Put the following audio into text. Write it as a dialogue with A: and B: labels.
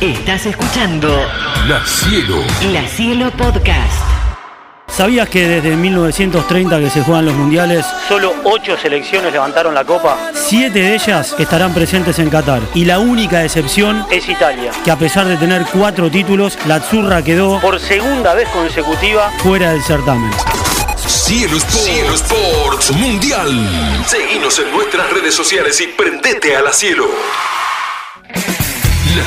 A: Estás escuchando
B: La Cielo.
A: La Cielo Podcast.
C: ¿Sabías que desde 1930 que se juegan los mundiales,
D: Solo ocho selecciones levantaron la copa.
C: siete de ellas estarán presentes en Qatar? Y la única excepción
D: Es Italia.
C: que a pesar de tener cuatro títulos, la Azzurra quedó
D: Por segunda vez consecutiva,
C: fuera del certamen.
B: Cielo Sports. Cielo Sports Mundial. Seguinos en nuestras redes sociales y prendete a la Cielo. La